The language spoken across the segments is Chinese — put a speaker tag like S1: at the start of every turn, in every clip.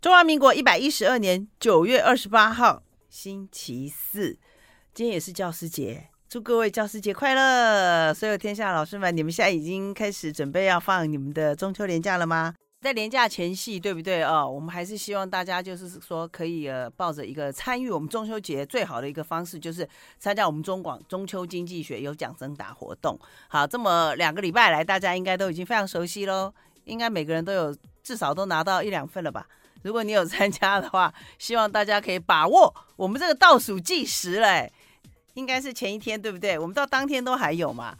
S1: 中华民国一百一十二年九月二十八号，星期四，今天也是教师节，祝各位教师节快乐！所有天下老师们，你们现在已经开始准备要放你们的中秋连假了吗？在连假前夕，对不对哦？我们还是希望大家就是说，可以呃，抱着一个参与我们中秋节最好的一个方式，就是参加我们中广中秋经济学有奖征答活动。好，这么两个礼拜来，大家应该都已经非常熟悉喽，应该每个人都有至少都拿到一两份了吧？如果你有参加的话，希望大家可以把握我们这个倒数计时嘞，应该是前一天对不对？我们到当天都还有嘛。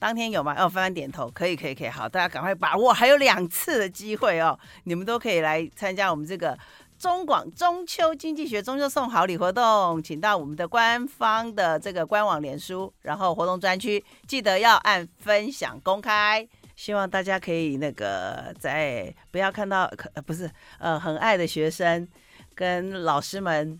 S1: 当天有吗？哦，翻翻点头，可以，可以，可以，好，大家赶快把握，还有两次的机会哦，你们都可以来参加我们这个中广中秋经济学中秋送好礼活动，请到我们的官方的这个官网、脸书，然后活动专区，记得要按分享公开。希望大家可以那个在呃不要看到，可呃不是呃很爱的学生跟老师们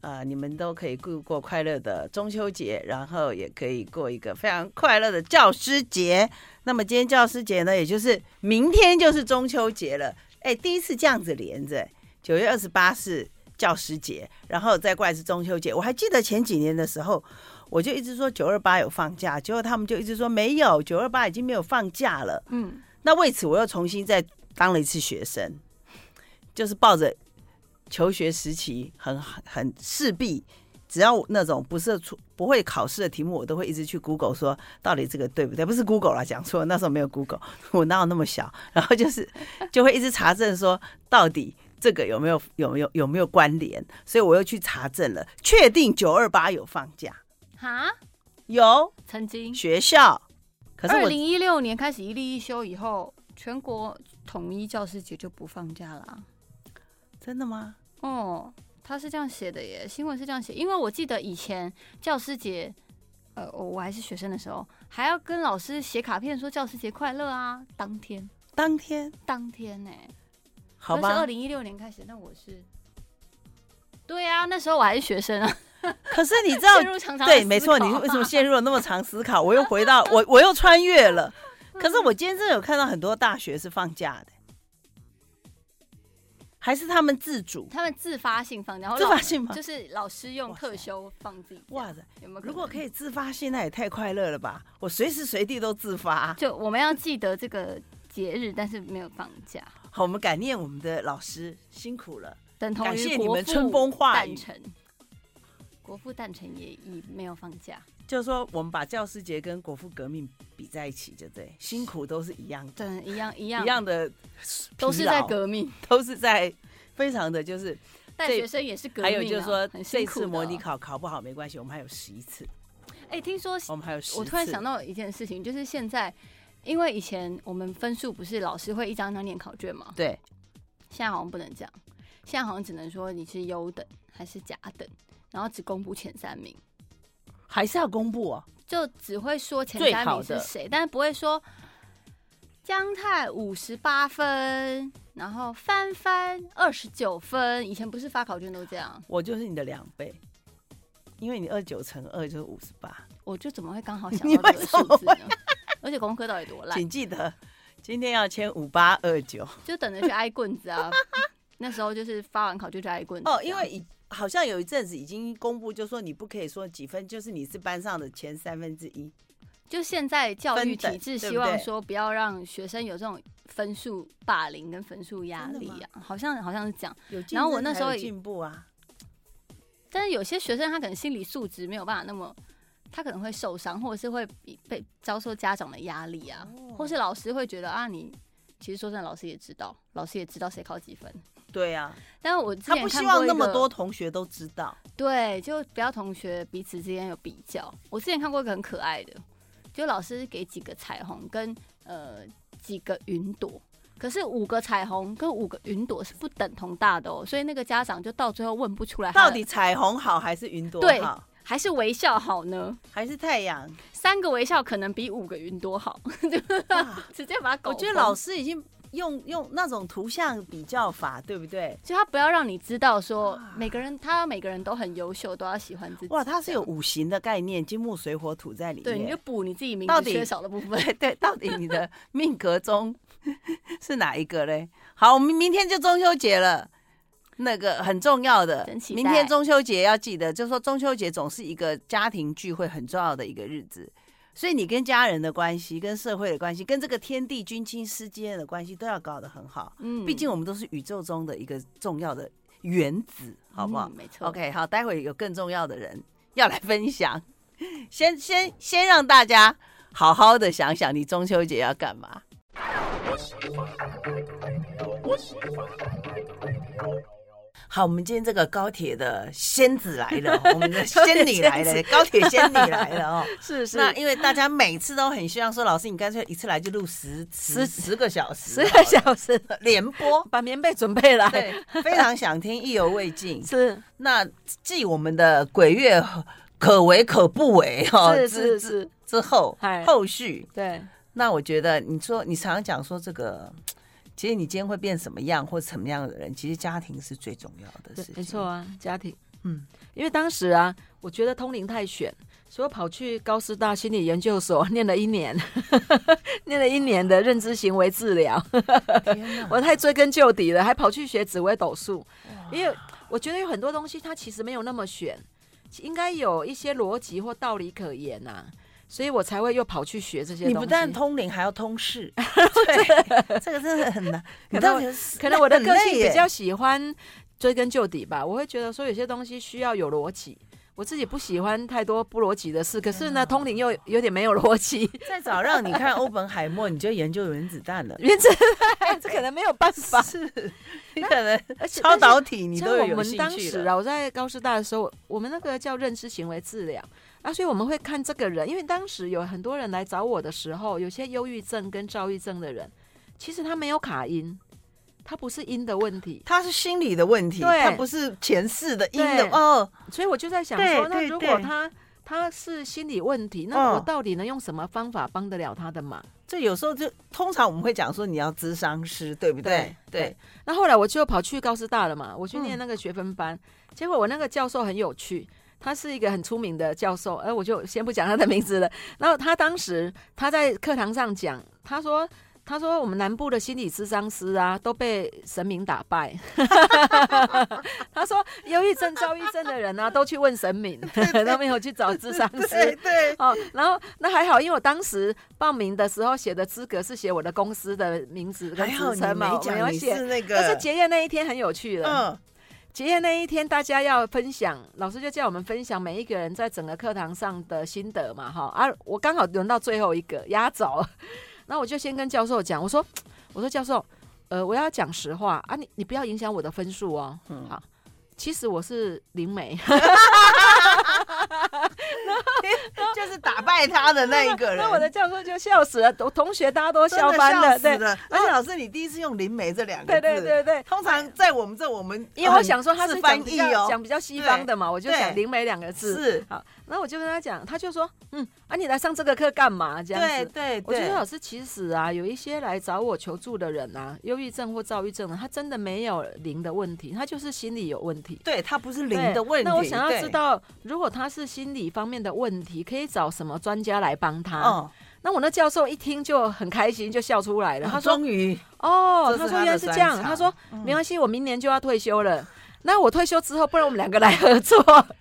S1: 呃，你们都可以过过快乐的中秋节，然后也可以过一个非常快乐的教师节。那么今天教师节呢，也就是明天就是中秋节了。哎，第一次这样子连着，九月二十八是教师节，然后再过来是中秋节。我还记得前几年的时候，我就一直说九二八有放假，结果他们就一直说没有，九二八已经没有放假了。
S2: 嗯，
S1: 那为此我又重新再当了一次学生，就是抱着求学时期很很势必，只要那种不是出不会考试的题目，我都会一直去 Google 说到底这个对不对？不是 Google 啦，讲错了，那时候没有 Google，我哪有那么小？然后就是就会一直查证说到底。这个有没有有没有有没有关联？所以我又去查证了，确定九二八有放假，
S2: 哈，
S1: 有
S2: 曾经，
S1: 学校，可是
S2: 二
S1: 我
S2: 零一六年开始一例一休以后，全国统一教师节就不放假了啊。
S1: 真的吗？
S2: 哦，他是这样写的耶，新闻是这样写，因为我记得以前教师节。呃，我我还是学生的时候，还要跟老师写卡片说教师节快乐啊！当天，
S1: 当天
S2: 当天呢、
S1: 好
S2: 那是
S1: 吧
S2: 二，零一六年开始，那我是，对啊，那时候我还是学生 啊，
S1: 可是你知道
S2: 陷入长长的
S1: 对，
S2: 思
S1: 没错，
S2: 考
S1: 你为什么陷入了那么长思考？我又回到我，我又穿越了。 可是我今天真的有看到很多大学是放假的，还是他们自主
S2: 他们自发性放假，然后
S1: 自发性吗？
S2: 就是老师用
S1: 哇塞
S2: 特休放自己假，
S1: 哇塞，
S2: 有没有？
S1: 如果可
S2: 以，
S1: 以自发性，那也太快乐了吧！我随时随地都自发。啊
S2: 就我们要记得这个节日，但是没有放假，
S1: 好，我们感念我们的老师辛苦了。
S2: 等同
S1: 感谢
S2: 于
S1: 你
S2: 国
S1: 们
S2: 父
S1: 春风化雨
S2: 诞辰，国父诞辰也已没有放假，
S1: 就是说，我们把教师节跟国父革命比在一起，就对，辛苦都是一样的，
S2: 对，一样一样
S1: 一样的疲劳，
S2: 都是在革命，
S1: 都是在非常的就是
S2: 带学生也是革命啊，
S1: 还有就是说，
S2: 很
S1: 这
S2: 辛苦
S1: 次
S2: 的
S1: 模拟，考考不好没关系，我们还有十一次，
S2: 哎，听说
S1: 我们还有十次。
S2: 我突然想，到一件事情，就是现在，因为以前我们分数不是老师会一张一张念考卷嘛，
S1: 对，
S2: 现在好像不能这样，现在好像只能说你是优等还是甲等，然后只公布前三名，
S1: 还是要公布哦。
S2: 就只会说前
S1: 最
S2: 三
S1: 好
S2: 名
S1: 的
S2: 是谁，但是不会说姜泰五十八分，然后翻翻二十九分，以前不是发考卷都这样，
S1: 我就是你的两倍，因为你二九乘二就是五十八。
S2: 我就怎么会刚好想
S1: 你
S2: 到这
S1: 为
S2: 个
S1: 什
S2: 数
S1: 么
S2: 字呢？而且功课到底多烂？
S1: 请记得今天要签五八二九
S2: 就等着去挨棍子啊。 那时候就是发完考就去挨棍子
S1: 哦，因
S2: 这
S1: 为
S2: 样
S1: 已好像有一阵子已经公布，就说你不可以说几分，就是你是班上的前三分之一。
S2: 就现在教育体制
S1: 分等
S2: 希
S1: 对
S2: 望
S1: 不对
S2: 说不要让学生有这种分数霸凌跟分数压力
S1: 真的
S2: 啊，好像好像是这样。
S1: 有竞争
S2: 然后我那时候
S1: 才有
S2: 也
S1: 进步啊，
S2: 但是有些学生他可能心理素质没有办法那么，他可能会受伤，或者是会比被遭受家长的压力啊，
S1: 哦
S2: 或是老师会觉得啊你。其实说真的，老师也知道，老师也知道谁考几分。
S1: 对啊，
S2: 但是我之
S1: 他
S2: 前
S1: 不
S2: 看
S1: 希
S2: 过
S1: 望
S2: 一
S1: 那么
S2: 个
S1: 多同学都知道。
S2: 对，就不要同学彼此之间有比较。我之前看过一个很可爱的，就老师给几个彩虹跟呃几个云朵，可是五个彩虹跟五个云朵是不等同大的哦，所以那个家长就到最后问不出来他
S1: 到
S2: 的，
S1: 底彩虹好还是云朵
S2: 对
S1: 好，
S2: 还是微笑好呢？
S1: 还是太阳？
S2: 三个微笑可能比五个云朵好，
S1: 哇
S2: 直接把它搞
S1: 我
S2: 疯。
S1: 觉得老师已经用用那种图像比较法，对不对？
S2: 就他不要让你知道说
S1: 啊
S2: 每个人，他要每个人都很优秀，都要喜欢自己。
S1: 哇，它是有五行的概念，金木水火土在里面。
S2: 对，你就补你自己名
S1: 到
S2: 字
S1: 底
S2: 缺少的 部分。
S1: 对对，到底你的 命格中是哪一个嘞？好，我们明天就中秋节了，那个很重要的
S2: 真，期待
S1: 明天中秋节要记得，就是说中秋节总是一个家庭聚会很重要的一个日子，所以你跟家人的关系、跟社会的关系、跟这个天地君亲师之间的关系都要搞得很好。
S2: 嗯
S1: 毕竟我们都是宇宙中的一个重要的原子，好不好
S2: 嗯？没错。
S1: OK，好，待会有更重要的人要来分 享，先先先让大家好好的想想，你中秋节要干嘛？好，我们今天这个高铁的仙子来 了，我们的仙女来了，高铁仙女来了 哦。
S2: 是是
S1: 那因为大家每次都很希望说，老师你干脆一次来就录十十十个小时，
S3: 十个小时，
S1: 连 播，
S3: 把棉被准备来。
S1: 对，非常想听，意犹未尽。
S3: 哎是
S1: 那继我们的鬼月可为可不为哦，
S3: 是
S1: 之
S3: 是
S1: 之
S3: 是，哎
S1: 之后
S3: 嗨
S1: 后续，
S3: 对，
S1: 那我觉得你说你常常讲说这个，其实你今天会变什么样或什么样的人，其实家庭是最重要的事情。
S3: 没错，啊，家庭。
S1: 嗯，
S3: 因为当时啊，我觉得通灵太玄，所以我跑去高师大心理研究所 念了一年，念了一年的认知行为治疗。
S1: 天哪
S3: 我太追根究底了，还跑去学紫微斗数，因为我觉得有很多东西它其实没有那么玄，应该有一些逻辑或道理可言呐、所以我才会又跑去学这些东
S1: 你
S3: 西。
S1: 不但通灵，还要通 事，对，这个真的很难。你到底是
S3: 可能我的
S1: 很
S3: 个性
S1: 累耶
S3: 比较喜欢追根究底吧，我会觉得说有些东西需要有逻辑。我自己不喜欢太多不逻辑的事，可是呢，通灵又
S1: 哦
S3: 有点没有逻辑，。
S1: 再早让你看欧本海默，你就研究原子弹了
S3: 原子 弹这可能没有办法。
S1: 是，你可能
S3: 而且
S1: 超导体你
S3: 像
S1: 都
S3: 我
S1: 有
S3: 们
S1: 兴
S3: 当
S1: 趣
S3: 时
S1: 了。
S3: 啊，我在高师大的时候，我们那个叫认知行为治疗啊，所以我们会看这个人，因为当时有很多人来找我的时候，有些忧郁症跟躁郁症的人，其实他没有卡音，他不是音的问题，
S1: 他是心理的问题，
S3: 对
S1: 他不是前世的因的
S3: 对
S1: 哦。
S3: 所以我就在想
S1: 对
S3: 说，那
S1: 对
S3: 如
S1: 对
S3: 果他他是心理问题，那我
S1: 嗯
S3: 到底能用什么方法帮得了他的忙？
S1: 这有时候就通常我们会讲说你要咨商师，对不对
S3: 对？
S1: 对，
S3: 那后来我就跑去高师大了嘛，我去念
S1: 嗯
S3: 那个学分班，结果我那个教授很有趣。他是一个很出名的教授，呃而我就先不讲他的名字了。然后他当时他在课堂上讲，他说：“他说我们南部的心理咨商师啊，都被神明打败。 他说忧郁症、躁郁症的人呢、啊，都去问神明， 都没有去找咨商师。
S1: 对，呃
S3: 哦，然后那还好，因为我当时报名的时候写的资格是写我的公司的名字跟
S1: 还好
S3: 职
S1: 你
S3: 称嘛，
S1: 没
S3: 我没
S1: 讲
S3: 有
S1: 你
S3: 写
S1: 是。那
S3: 但是
S1: 个，
S3: 结业那一天很有趣的，
S1: 嗯，
S3: 结业那一天大家要分享，老师就叫我们分享每一个人在整个课堂上的心得嘛，哈啊，我刚好轮到最后一个压轴， 然后我就先跟教授讲，我说我说教授，呃，我要讲实话啊，你你不要影响我的分数哦，
S1: 嗯
S3: 好，其实我是灵媒，
S1: 就是打败他的那一个人。
S3: 那我的教授就笑死了，同同学大家都
S1: 真的
S3: 笑翻了，
S1: 死
S3: 对。嗯
S1: 了。而且老师，你第一次用“灵媒”这两个
S3: 对
S1: 字，
S3: 对对对，
S1: 通常在我们这我们，
S3: 因为我想说他
S1: 是
S3: 是
S1: 翻
S3: 讲比
S1: 译
S3: 较
S1: 哦，
S3: 讲比较西方的嘛，我就
S1: 对
S3: 想灵媒两个字。
S1: 是，
S3: 好，然后我就跟他讲，他就说，嗯，啊，你来上这个课干嘛？这样
S1: 对
S3: 子。
S1: 对
S3: 我觉得
S1: 对，
S3: 老师其实啊，有一些来找我求助的人啊，忧郁症或躁郁症啊的，他真的没有灵的问题，他就是心理有问题。
S1: 对，他不是灵
S3: 对
S1: 的问题。
S3: 那我想要
S1: 对
S3: 知，道，如果他是心理方面的问题，可以找什么专家来帮他？
S1: 嗯，
S3: 那我那教授一听就很开心，就笑出来了。他
S1: 他
S3: 说：“
S1: 终于
S3: 哦，
S1: 这
S3: 他
S1: 是
S3: 说
S1: 他
S3: 原来
S1: 的
S3: 是
S1: 专
S3: 这样。”
S1: 长
S3: 他说：“
S1: 嗯
S3: 没关系，我明年就要退休了。那我退休之后，不然我们两个来合作。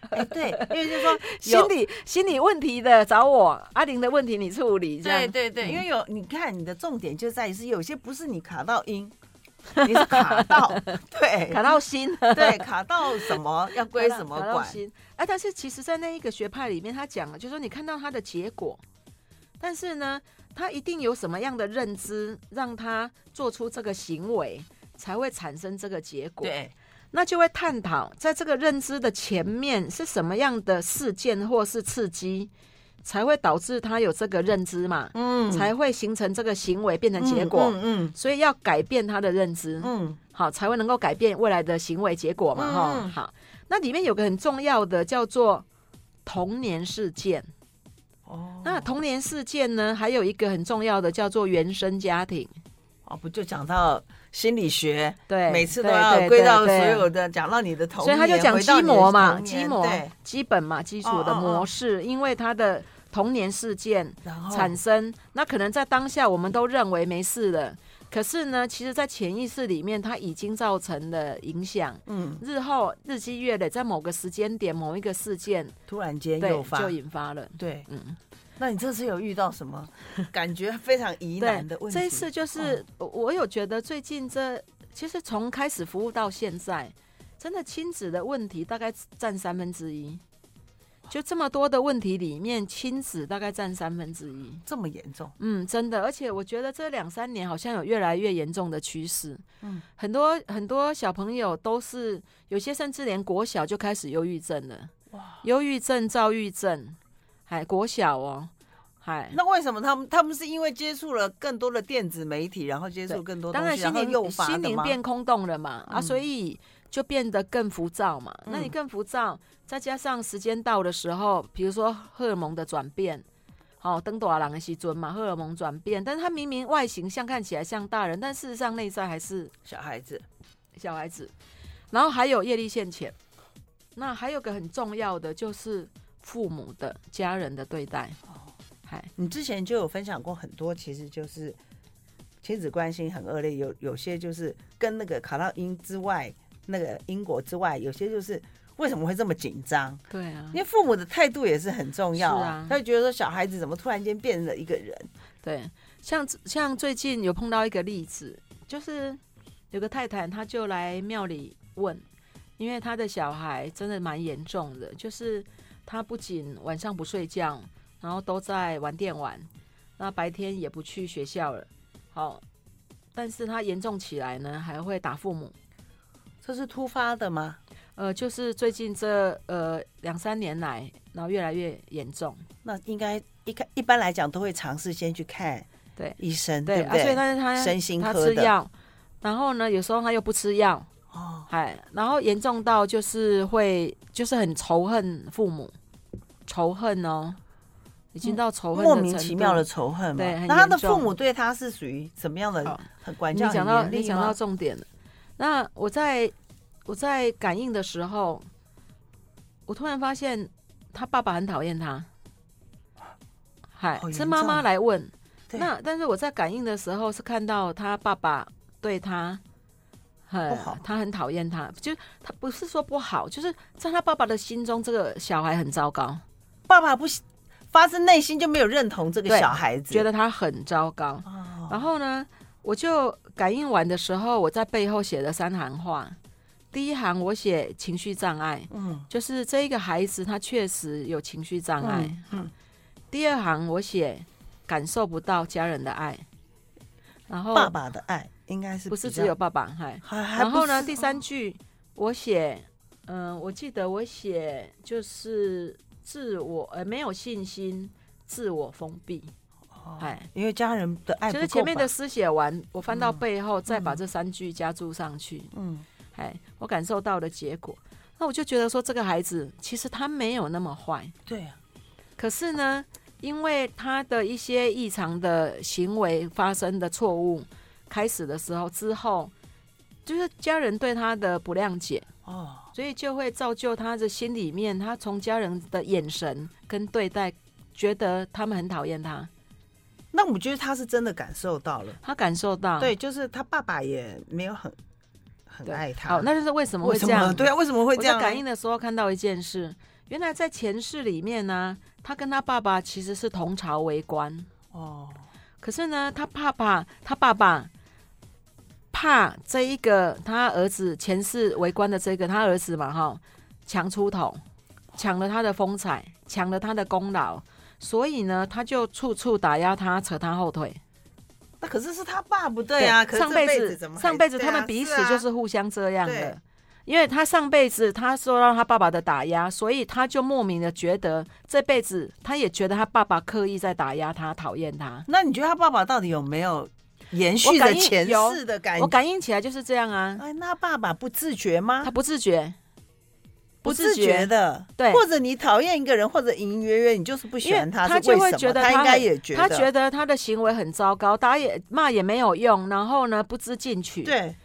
S1: 哎，对，因为就是 说
S3: 心
S1: 有
S3: 理心理问题的找我，阿玲的问题你处理。这
S1: 对
S3: 样
S1: 对对，
S3: 嗯
S1: 因为有你看你的重点就在于是有些不是你卡到音，你是卡到 对
S3: 卡到心，
S1: 对卡到什么要归什么
S3: 卡到
S1: 管，
S3: 心。哎、但是其实，在那一个学派里面，他讲了，就是说你看到他的结果，但是呢，他一定有什么样的认知，让他做出这个行为，才会产生这个结果。
S1: 对
S3: 那就会探讨在这个认知的前面是什么样的事件或是刺激，才会导致他有这个认知嘛，
S1: 嗯
S3: 才会形成这个行为变成结果。
S1: 嗯
S3: 所以要改变他的认知，
S1: 嗯
S3: 好才会能够改变未来的行为结果嘛，哈、
S1: 嗯
S3: 好，那里面有个很重要的叫做童年事件。
S1: 哦
S3: 那童年事件呢，还有一个很重要的叫做原生家庭。
S1: 哦不就讲到心理学，
S3: 对，
S1: 每次都
S3: 对
S1: 要
S3: 对
S1: 归
S3: 对
S1: 到所
S3: 对
S1: 有的讲到你的童
S3: 所
S1: 年，
S3: 以他就讲
S1: 回到
S3: 基
S1: 你的
S3: 模嘛，
S1: 童
S3: 基
S1: 年
S3: 模
S1: 对，哦
S3: 基本嘛，基础的模式，因为他的童年事件
S1: 然后哦
S3: 产生，那可能在当下我们都认为没事了，可是呢，其实，在潜意识里面，它已经造成了影响。
S1: 嗯，
S3: 日后日积月累，在某个时间点、某一个事件，
S1: 突然间
S3: 对
S1: 诱，发，
S3: 就引发了。
S1: 对，
S3: 嗯，
S1: 那你这次有遇到什 么感觉非常疑
S3: 对
S1: 难的，问题？嗯
S3: 这一次就是、我我有觉得最近这其实从开始服务到现在，真的亲子的问题大概占三分之一，就这么多的问题里面，亲子大概占三分之一。
S1: 这么严重，
S3: 嗯，真的，而且我觉得这两三年好像有越来越严重的趋势。
S1: 嗯，
S3: 很多很多小朋友都是，有些甚至连国小就开始忧郁症了。
S1: 哇！
S3: 忧郁症、躁郁症，还国小哦，还
S1: 那为什么他们他们是因为接触了更多的电子媒体，然后接触
S3: 对
S1: 更多
S3: 当
S1: 东
S3: 然
S1: 西，
S3: 心
S1: 然后诱
S3: 灵
S1: 发
S3: 心
S1: 的
S3: 灵
S1: 吗？
S3: 变空洞了嘛、啊，
S1: 嗯
S3: 所以就变得更浮躁嘛。那你
S1: 嗯
S3: 更浮躁，再加上时间到的时候，比如说荷尔蒙的转变。哦，登朵郎的西尊嘛，荷尔蒙转变，但是他明明外形像看起来像大人，但事实上内在还是
S1: 小孩子，
S3: 小孩子，然后还有业力现前。那还有个很重要的就是父母的家人的对待，
S1: 哦
S3: 还
S1: 你之前就有分享过很多，其实就是亲子关系很恶劣，有有些就是跟那个卡拉因之外，那个英国之外，有些就是为什么会这么紧张？
S3: 对啊
S1: 因，为父母的态度嗯也是很重要
S3: 是啊
S1: 他会觉得说小孩子怎么突然间变了一个人，
S3: 对，像像最近有碰到一个例子，就是有个太太，她就来庙里问，因为她的小孩真的蛮严重的，就是她不仅晚上不睡觉，然后都在玩电玩，那白天也不去学校了，好，但是她严重起来呢，还会打父母。
S1: 这是突发的吗？
S3: 呃，就是最近这呃两三年来，然后越来越严重，
S1: 那应该一看一般来讲都会尝试先去看
S3: 对
S1: 医生，
S3: 对
S1: 不
S3: 啊，所以
S1: 对？
S3: 但是他
S1: 身心
S3: 他
S1: 科
S3: 吃
S1: 的
S3: 药，然后呢，有时候他又不吃药，
S1: 哦，
S3: 哎，然后严重到就是会就是很仇恨父母，仇恨哦，已经到仇恨
S1: 嗯莫
S3: 的
S1: 名
S3: 程
S1: 其
S3: 度
S1: 妙的。仇恨嘛
S3: 对很。
S1: 那他的
S3: 严重
S1: 父母对他是属于什么样的
S3: 好
S1: 很管
S3: 你
S1: 教？
S3: 讲
S1: 很
S3: 到
S1: 严
S3: 你
S1: 厉
S3: 讲
S1: 吗
S3: 到重点了，那我在我在感应的时候，我突然发现他爸爸很讨厌他，嗨
S1: 啊好，
S3: 是
S1: 严
S3: 妈
S1: 重啊
S3: 妈来问。
S1: 对
S3: 那但是我在感应的时候是看到他爸爸对他
S1: 不
S3: 很
S1: 好
S3: 他很讨厌他，就他不是说不好，就是在他爸爸的心中，这个小孩很糟糕，
S1: 爸爸不喜发自内心就没有认同这个
S3: 对
S1: 小孩子，
S3: 觉得他很糟糕。
S1: 哦
S3: 然后呢，我就感应完的时候，我在背后写了三行话。第一行我写情绪障碍，
S1: 嗯
S3: 就是这一个孩子他确实有情绪障碍。
S1: 嗯嗯
S3: 第二行我写感受不到家人的爱，然后
S1: 爸爸的爱应该是
S3: 不是
S1: 比较
S3: 只有爸爸，嗨，
S1: 还还
S3: 然后呢，
S1: 不是哦
S3: 第三句我写，嗯、我记得我写就是自我呃没有信心，自我封闭，
S1: 哦
S3: 哎、
S1: 因为家人的哎爱不
S3: 就
S1: 够
S3: 是前面的
S1: 吧
S3: 诗写完，我翻到背后，再把
S1: 嗯
S3: 这三句加注上去，
S1: 嗯
S3: 哎，我感受到的结果，那我就觉得说，这个孩子其实他没有那么坏，
S1: 对啊
S3: 可是呢，因为他的一些异常的行为发生的错误，开始的时候之后，就是家人对他的不谅解，
S1: 哦
S3: 所以就会造就他的心里面，他从家人的眼神跟对待，觉得他们很讨厌他，
S1: 那我觉得他是真的感受到了，
S3: 他感受到
S1: 对，就是他爸爸也没有很很
S3: 对
S1: 爱他。
S3: 好，那就是为什么
S1: 为
S3: 会
S1: 什
S3: 这
S1: 么？
S3: 样？
S1: 对啊，为什么会
S3: 我
S1: 这
S3: 在
S1: 样？
S3: 感应的时候看到一件事，原来在前世里面呢、他跟他爸爸其实是同朝为官，
S1: 哦，
S3: 可是呢，他爸爸，他爸爸怕这一个他儿子前世为官的这个他儿子嘛，哈，强出头，抢了他的风采，抢了他的功劳，所以呢，他就处处打压他，扯他后腿。
S1: 那可是是他爸不对啊，可是
S3: 上
S1: 这
S3: 辈
S1: 子
S3: 子
S1: 怎么还
S3: 上辈子
S1: 对
S3: 他们
S1: 啊
S3: 彼此
S1: 啊
S3: 就是互相这样
S1: 对
S3: 的，因为他上辈子他受到他爸爸的打压，所以他就莫名的觉得这辈子他也觉得他爸爸刻意在打压他，讨厌他。
S1: 那你觉得他爸爸到底有没有延
S3: 我
S1: 续
S3: 感
S1: 的
S3: 应
S1: 前
S3: 有
S1: 世的感
S3: 我感应起来就是这样啊，
S1: 哎，那爸爸不自觉吗
S3: 他？不自觉，
S1: 啊不
S3: 自
S1: 觉，的，
S3: 对
S1: 或者你讨厌一个人，或者隐隐约约你就是不喜欢
S3: 因为他
S1: 是为
S3: 就会
S1: 什么
S3: 觉得
S1: 他
S3: 他
S1: 应该
S3: 很
S1: 也觉得，
S3: 他觉得他的行为很糟糕，打也骂也没有用，然后呢不知进取，，
S1: 对。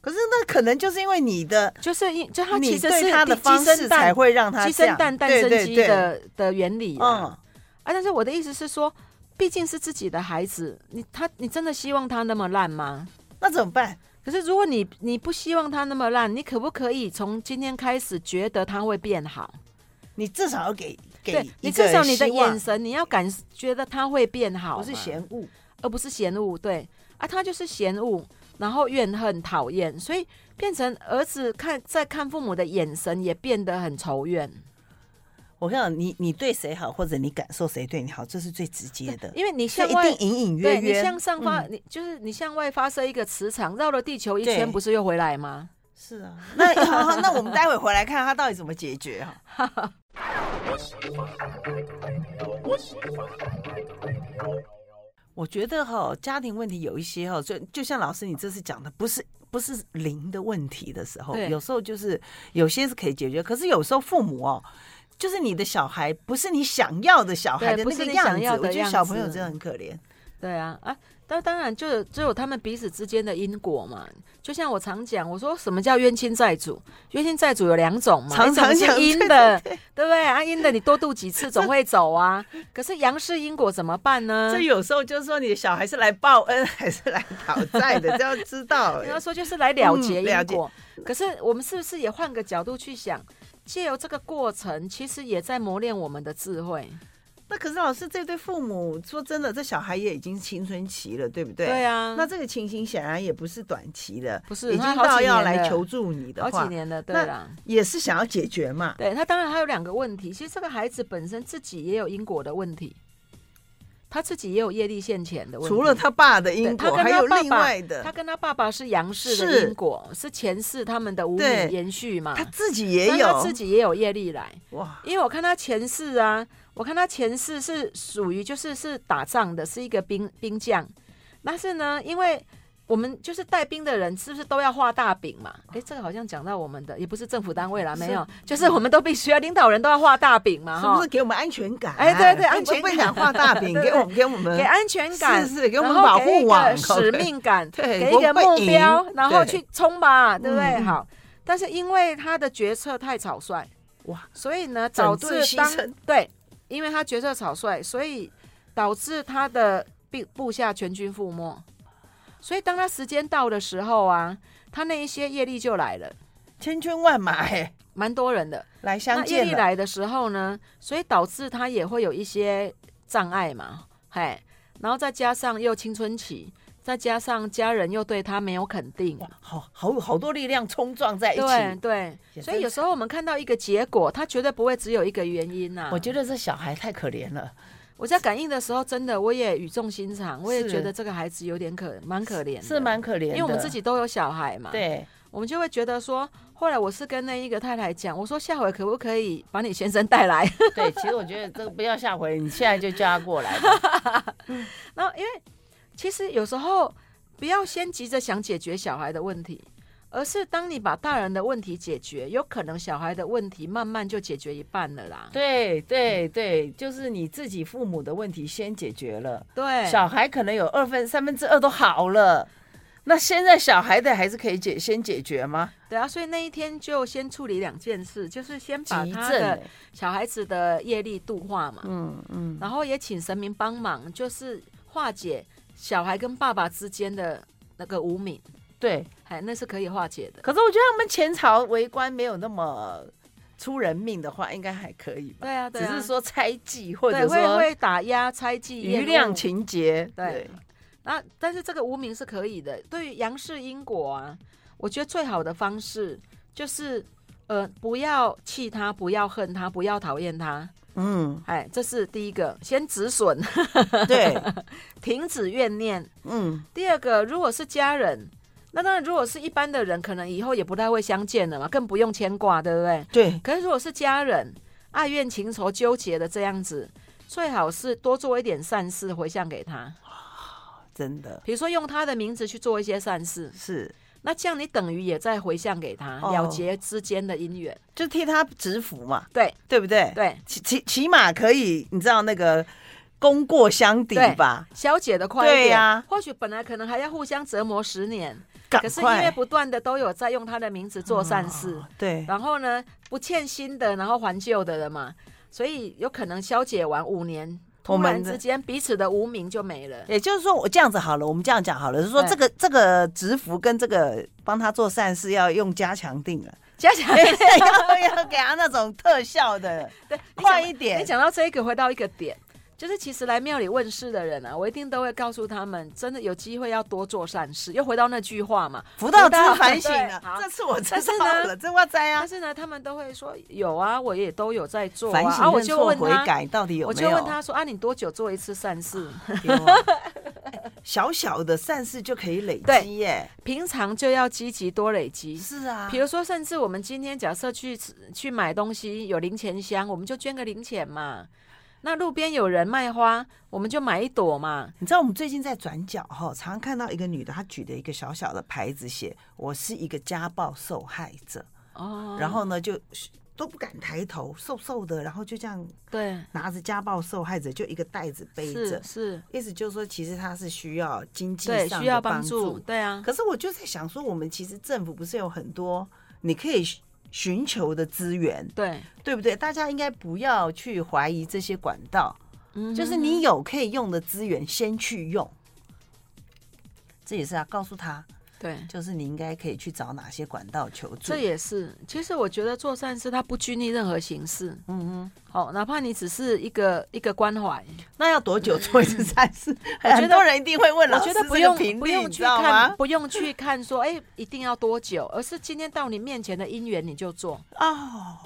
S1: 可是那可能就是因为你的，
S3: 就是因就他
S1: 你
S3: 其实
S1: 对
S3: 是
S1: 他的
S3: 鸡
S1: 方式
S3: 生蛋
S1: 才会让他
S3: 鸡
S1: 这
S3: 生
S1: 样
S3: 蛋，蛋
S1: 对
S3: 生
S1: 对
S3: 鸡
S1: 对
S3: 的的原理啊。
S1: 嗯，
S3: 啊，但是我的意思是说，毕竟是自己的孩子，你他你真的希望他那么烂吗？
S1: 那怎么办？
S3: 可是如果你你不希望他那么烂，你可不可以从今天开始觉得他会变好？
S1: 你至少要给给
S3: 对
S1: 一
S3: 你
S1: 个
S3: 至少你的
S1: 希望
S3: 眼神，你要感觉得他会变好，
S1: 不是，嫌恶，
S3: 而不是嫌恶。对啊，他就是嫌恶，然后怨恨、讨厌，所以变成儿子看在看父母的眼神也变得很仇怨。
S1: 我跟你讲，你你对谁好，或者你感受谁对你好，这是最直接的，
S3: 因为你
S1: 所
S3: 向
S1: 以一
S3: 外
S1: 定隐隐约
S3: 对你
S1: 约。
S3: 向上发，
S1: 嗯
S3: 你就是你向外发射一个磁场，绕了地球一
S1: 对
S3: 圈，不是又回来吗？
S1: 是啊， 那好好，那我们待会回来看他到底怎么解决哈。我觉得哈，家庭问题有一些哈，就就像老师你这次讲的，不是不是零的问题的时候，
S3: 对
S1: 有时候就是有些是可以解决，可是有时候父母哦，就是你的小孩不是你想要的小孩的
S3: 对不
S1: 那
S3: 是
S1: 个
S3: 你
S1: 样
S3: 想
S1: 子，
S3: 要
S1: 我
S3: 的
S1: 觉得
S3: 样
S1: 小朋友
S3: 子
S1: 真的很可怜。
S3: 对啊，啊，当当然就有只有他们彼此之间的因果嘛。就像我常讲，我说什么叫冤亲债主？冤亲债主有两种嘛，
S1: 常常
S3: 一种
S1: 讲
S3: 是阴
S1: 对
S3: 的，对不对？啊，阴的你多度几次总会走啊。可是阳世因果怎么办呢
S1: 所？以有时候就是说，你的小孩是来报恩还是来讨债 的，这要知道、
S3: 人家
S1: 欸。
S3: 说就是来了结
S1: 嗯了
S3: 因
S1: 解
S3: 果。可是我们是不是也换个角度去想？借由这个过程，其实也在磨练我们的智慧。
S1: 那可是老师，这对父母说真的，这小孩也已经青春期了，对不对？
S3: 对啊，
S1: 那这个情形显然也不是短期的，
S3: 不是
S1: 已经
S3: 他好几
S1: 到要
S3: 年
S1: 来
S3: 了
S1: 求助你的
S3: 好
S1: 话
S3: 几，年了，对
S1: 那
S3: 啦。
S1: 也是想要解决嘛。
S3: 对他，当然还有两个问题。其实这个孩子本身自己也有因果的问题，他自己也有业力现前的问题。
S1: 除了他爸的因
S3: 对他
S1: 果，
S3: 跟
S1: 还
S3: 他
S1: 有
S3: 爸
S1: 另
S3: 爸
S1: 外的，
S3: 他跟他爸爸是杨氏的
S1: 是
S3: 因果，是前世他们的无
S1: 对
S3: 名延续嘛
S1: 他。自己也
S3: 那啊他
S1: 有
S3: 自己也有业力来，
S1: 哇，
S3: 因为我看他前世啊，我看他前世是属于就是是打仗的，是一个兵兵将。但是呢，因为我们就是带兵的人，是不是都要画大饼嘛？诶，这个好像讲到我们的，也不是政府单位啦，
S1: 啊是
S3: 没有，就是我们都必须要领导人都要画大饼嘛，
S1: 是不
S3: 哈
S1: 是，给我们安全感？
S3: 哎对对安
S1: 不
S3: 全
S1: 不
S3: 感
S1: 想画大饼，
S3: 对
S1: 给
S3: 对
S1: 我们给我
S3: 给
S1: 们
S3: 安全感，
S1: 是是给我们
S3: 然后
S1: 保
S3: 给一
S1: 护
S3: 个
S1: 网，
S3: 使命感，
S1: 对，
S3: 给一个
S1: 我们
S3: 目
S1: 会赢
S3: 标，然后
S1: 对
S3: 去冲吧，对不对？
S1: 嗯嗯
S3: 好，但是因为他的决策太草率，
S1: 哇，
S3: 所以呢，导
S1: 整
S3: 致
S1: 治牺
S3: 当
S1: 牲
S3: 对，因为他决策草率，所以导致他的部部下全军覆没。所以当他时间到的时候啊，他那一些业力就来了，
S1: 千军万马哎，
S3: 蛮多人的。
S1: 来
S3: 那
S1: 相
S3: 业
S1: 见
S3: 力
S1: 了。
S3: 来的时候呢，所以导致他也会有一些障碍嘛，嘿，然后再加上又青春期，再加上家人又对他没有肯定，
S1: 哇，好好好多力量冲撞在一
S3: 对
S1: 起。
S3: 对，
S1: 也
S3: 所
S1: 真
S3: 以有时候我们看到一个结果，它绝对不会只有一个原因呐、
S1: 我觉得这小孩太可怜了，
S3: 我在感应的时候，真的我也语重心长，我也
S1: 是
S3: 觉得这个孩子有点可蛮可怜的，
S1: 是蛮可怜的。
S3: 因为我们自己都有小孩嘛，，
S1: 对，
S3: 我们就会觉得说，后来我是跟那一个太太讲，我说下回可不可以把你先生带来？
S1: 对，其实我觉得这个不要下回，你现在就叫他过来吧。
S3: 然后因为其实有时候不要先急着想解决小孩的问题，而是当你把大人的问题解决，有可能小孩的问题慢慢就解决一半了啦。
S1: 对对对，就是你自己父母的问题先解决了，
S3: 对，
S1: 小孩可能有二分三分之二都好了，那现在小孩的还是可以解先解决吗？
S3: 对啊，所以那一天就先处理两件事，就是先把
S1: 急
S3: 他
S1: 症
S3: 的
S1: 欸，
S3: 小孩子的业力度化嘛，
S1: 嗯嗯，
S3: 然后也请神明帮忙，就是化解小孩跟爸爸之间的那个无名，
S1: 对。
S3: 哎，那是可以化解的。
S1: 可是我觉得他们前朝为官没有那么出人命的话，应该还可以吧？
S3: 对啊，对啊，
S1: 只是说猜忌或
S3: 对
S1: 者
S3: 会
S1: 说
S3: 会打压猜忌
S1: 余
S3: 厌恶
S1: 量情节，
S3: 对，那但是这个无名是可以的。对于杨氏因果啊，我觉得最好的方式就是，呃，不要气他，不要恨他，不要讨厌他。
S1: 嗯，
S3: 哎，这是第一个，先止损，
S1: 对，
S3: 停止怨念。
S1: 嗯，
S3: 第二个，如果是家人，那当然如果是一般的人，可能以后也不太会相见了嘛，更不用牵挂，对不对？
S1: 对，
S3: 可是如果是家人，爱怨情仇纠结的这样子，最好是多做一点善事回向给他，
S1: 真的
S3: 比如说用他的名字去做一些善事。
S1: 是，
S3: 那这样你等于也在回向给他，
S1: 哦
S3: 了结之间的姻缘。
S1: 就替他直服嘛，
S3: 对
S1: 对不对？
S3: 对，
S1: 起起起码可以，你知道那个功过相抵
S3: 对
S1: 吧？
S3: 消解的快一点。
S1: 对呀
S3: 或许本来可能还要互相折磨十年，
S1: 赶
S3: 可是因为
S1: 快
S3: 不断的都有在用他的名字做善事，
S1: 哦对，
S3: 然后呢不欠新的，然后还旧的了嘛，所以有可能消解完五年
S1: 我
S3: 突然
S1: 们
S3: 之
S1: 的。哎
S3: 间彼此的无名就没了。
S1: 也就是说，我这样子好了，我们这样讲好了，就是说
S3: 对
S1: 这个这个职服跟这个帮他做善事要用加强定了，
S3: 加起
S1: 哎
S3: 来，
S1: 要要给他那种特效的，
S3: 对，你
S1: 快
S3: 讲
S1: 一点
S3: 你讲到这个，回到一个点，就是其实来庙里问事的人啊，我一定都会告诉他们，真的有机会要多做善事。又回到那句话嘛，
S1: 福到知
S3: 福到
S1: 反省
S3: 对
S1: 了
S3: 好，
S1: 这次我知
S3: 但是
S1: 道
S3: 呢
S1: 了，这我栽啊
S3: 但，是呢，他们都会说有啊，我也都有在做啊。
S1: 反省、
S3: 啊，我
S1: 认
S3: 就
S1: 错
S3: 问
S1: 悔
S3: 他，
S1: 改到底有没有？
S3: 我就问他说啊，你多久做一次善事？
S1: 给 我，哎小小的善事就可以累积耶，
S3: 平常就要积极多累积。
S1: 是啊
S3: 比，如说，甚至我们今天假设去吃去买东西有零钱箱，我们就捐个零钱嘛。那路边有人卖花，我们就买一朵嘛。
S1: 你知道我们最近在转角哈，常常看到一个女的，她举着一个小小的牌子写，我是一个家暴受害者，
S3: 哦，
S1: 然后呢就都不敢抬头，瘦瘦的，然后就这样
S3: 对，
S1: 拿着家暴受害者就一个袋子背
S3: 是
S1: 着，
S3: 是，
S1: 意思就是说其实她是需要经济
S3: 对，
S1: 上
S3: 需
S1: 的
S3: 要
S1: 帮
S3: 帮助，
S1: 助。
S3: 对啊，
S1: 可是我就在想说，我们其实政府不是有很多你可以寻寻求的资源，
S3: 对，
S1: 对不对？大家应该不要去怀疑这些管道，
S3: 嗯
S1: 就是
S3: 哼
S1: 你有可以用的资源，先去用。这也是啊，告诉他，
S3: 对，
S1: 就是你应该可以去找哪些管道求助
S3: 这。也是。其实我觉得做善事，它不拘泥任何形式，
S1: 嗯
S3: 好、哪怕你只是一个一个关怀，
S1: 哼，那要多久做一次善事？
S3: 我觉得
S1: 很多人一定会问
S3: 我
S1: 老师
S3: 觉
S1: 这
S3: 得
S1: 个
S3: 不用
S1: 频
S3: 不
S1: 率，你
S3: 用去
S1: 知道
S3: 看，
S1: 吗？
S3: 不用去看说，哎，一定要多久，而是今天到你面前的因缘你就做，
S1: 哦，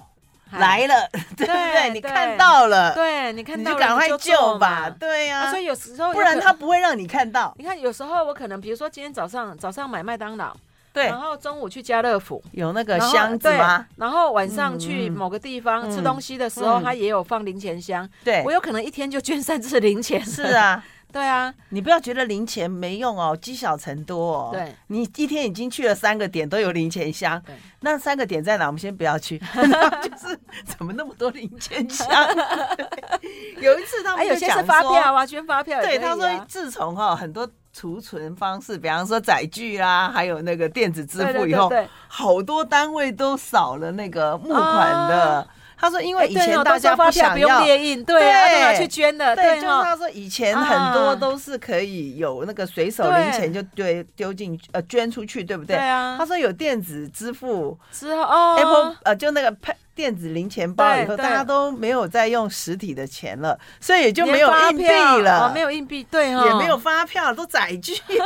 S3: 哎
S1: 来，了， 对不对？
S3: 对
S1: 你
S3: 对
S1: 看到了，
S3: 对你看
S1: 你
S3: 到
S1: 就
S3: 了
S1: 赶快
S3: 就
S1: 救
S3: 做
S1: 吧。
S3: 嘛。
S1: 对呀
S3: 啊，所，以有时候
S1: 不
S3: 有
S1: 然
S3: 可
S1: 他。不会让你看到。
S3: 你看，有时候我可能，比如说今天早上早上买麦当劳，
S1: 对
S3: 然，后中午去家乐福，
S1: 有那个
S3: 然后
S1: 箱子
S3: 对
S1: 吗？
S3: 然后晚上去
S1: 嗯嗯
S3: 某个地方
S1: 嗯
S3: 吃东西的时候，
S1: 嗯
S3: 他也有放零钱箱。
S1: 对
S3: 我，有可能一天就捐三次零钱。
S1: 是，啊。
S3: 对啊，
S1: 你不要觉得零钱没用哦，积少成多哦。
S3: 对，
S1: 你一天已经去了三个点，都有零钱箱
S3: 对。
S1: 那三个点在哪？我们先不要 去。就是怎么那么多零钱箱？ 对哎有一次他
S3: 还
S1: 们
S3: 有
S1: 就
S3: 些
S1: 讲
S3: 是
S1: 说
S3: 发票，啊，捐发票也可以
S1: 对，他
S3: 啊。
S1: 说自从哈、很多储存方式，比方说载具啦、还有那个电子支
S3: 对
S1: 付
S3: 对
S1: 以后，
S3: 对对
S1: 好多单位都少了那个募款的。他说，因为
S3: 哎
S1: 以
S3: 对
S1: 前
S3: 哦
S1: 大
S3: 都说
S1: 家
S3: 发票
S1: 想
S3: 不
S1: 要
S3: 用。列印，对啊，
S1: 对
S3: 都拿去捐的，哦
S1: 对，就是
S3: 哈。
S1: 他说以前很多
S3: 啊
S1: 都是可以有那个随手零钱就丢丢进去呃捐出去，对不对？
S3: 对啊
S1: 他，说有电子支付、
S3: 之后哦
S1: Apple 呃，就那个 Pay- 电子零钱包以
S3: 对
S1: 后，
S3: 对
S1: 大家都没有再用实体的钱了，所以也就
S3: 连
S1: 没有
S3: 发
S1: 硬币
S3: 票
S1: 了，
S3: 哦没有硬币，对哦哈，
S1: 也没有发票，都载具了，所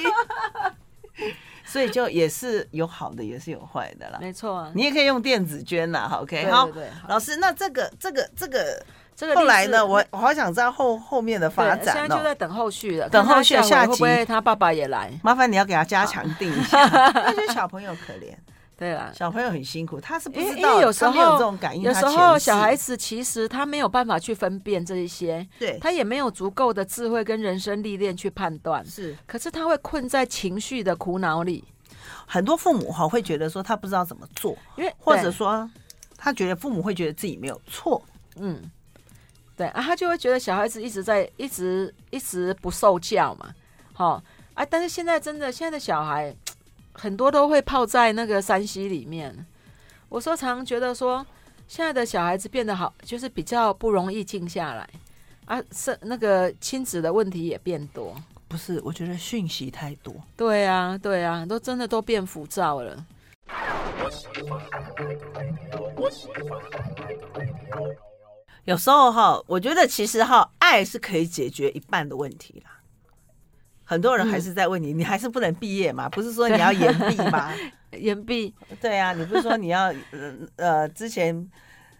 S1: 以 所以就也是有好的，也是有坏的啦。
S3: 没错啊。
S1: 你也可以用电子捐啦好，OK，
S3: 对
S1: 好
S3: 对，对，好
S1: 老师，那这个这个这个
S3: 这个
S1: 后来
S3: 例
S1: 呢，
S3: 子
S1: 我我好想知道后后面的发
S3: 对现
S1: 展
S3: 在就
S1: 哦。
S3: 在等后续了，
S1: 等
S3: 看他
S1: 后续的
S3: 下
S1: 下
S3: 回会
S1: 集
S3: 不会他爸爸也来？
S1: 麻烦你要给他加强定一 下，那就是小朋友可怜，
S3: 对啦，
S1: 小朋友很辛苦，他是不
S3: 因为
S1: 知
S3: 因
S1: 道，
S3: 为有时
S1: 他没有
S3: 候
S1: 这种感应，
S3: 有
S1: 他
S3: 时
S1: 前
S3: 候
S1: 世
S3: 小孩子其实他没有办法去分辨这一些，
S1: 对
S3: 他也没有足够的智慧跟人生历练去判断，
S1: 是
S3: 可是他会困在情绪的苦恼里，
S1: 很多父母哈会觉得说他不知道怎么做，
S3: 因为
S1: 或者
S3: 对
S1: 说他觉得父母会觉得自己没有错，
S3: 嗯，对啊，他就会觉得小孩子一直在一直一直不受教嘛，好、啊，但是现在真的现在的小孩很多都会泡在那个山西里面，我说常觉得说现在的小孩子变得好，就是比较不容易静下来。啊，是那个亲子的问题也变多，
S1: 不是？我觉得讯息太多，
S3: 对啊，对啊，都真的都变浮躁了。
S1: 有时候哈，我觉得其实哈，爱是可以解决一半的问题啦。很多
S3: 嗯
S1: 人还是在问你，你还是不能毕业嘛？不是 说你要延毕吗？
S3: 岩壁
S1: 对啊，你不是说你要呃呃，之前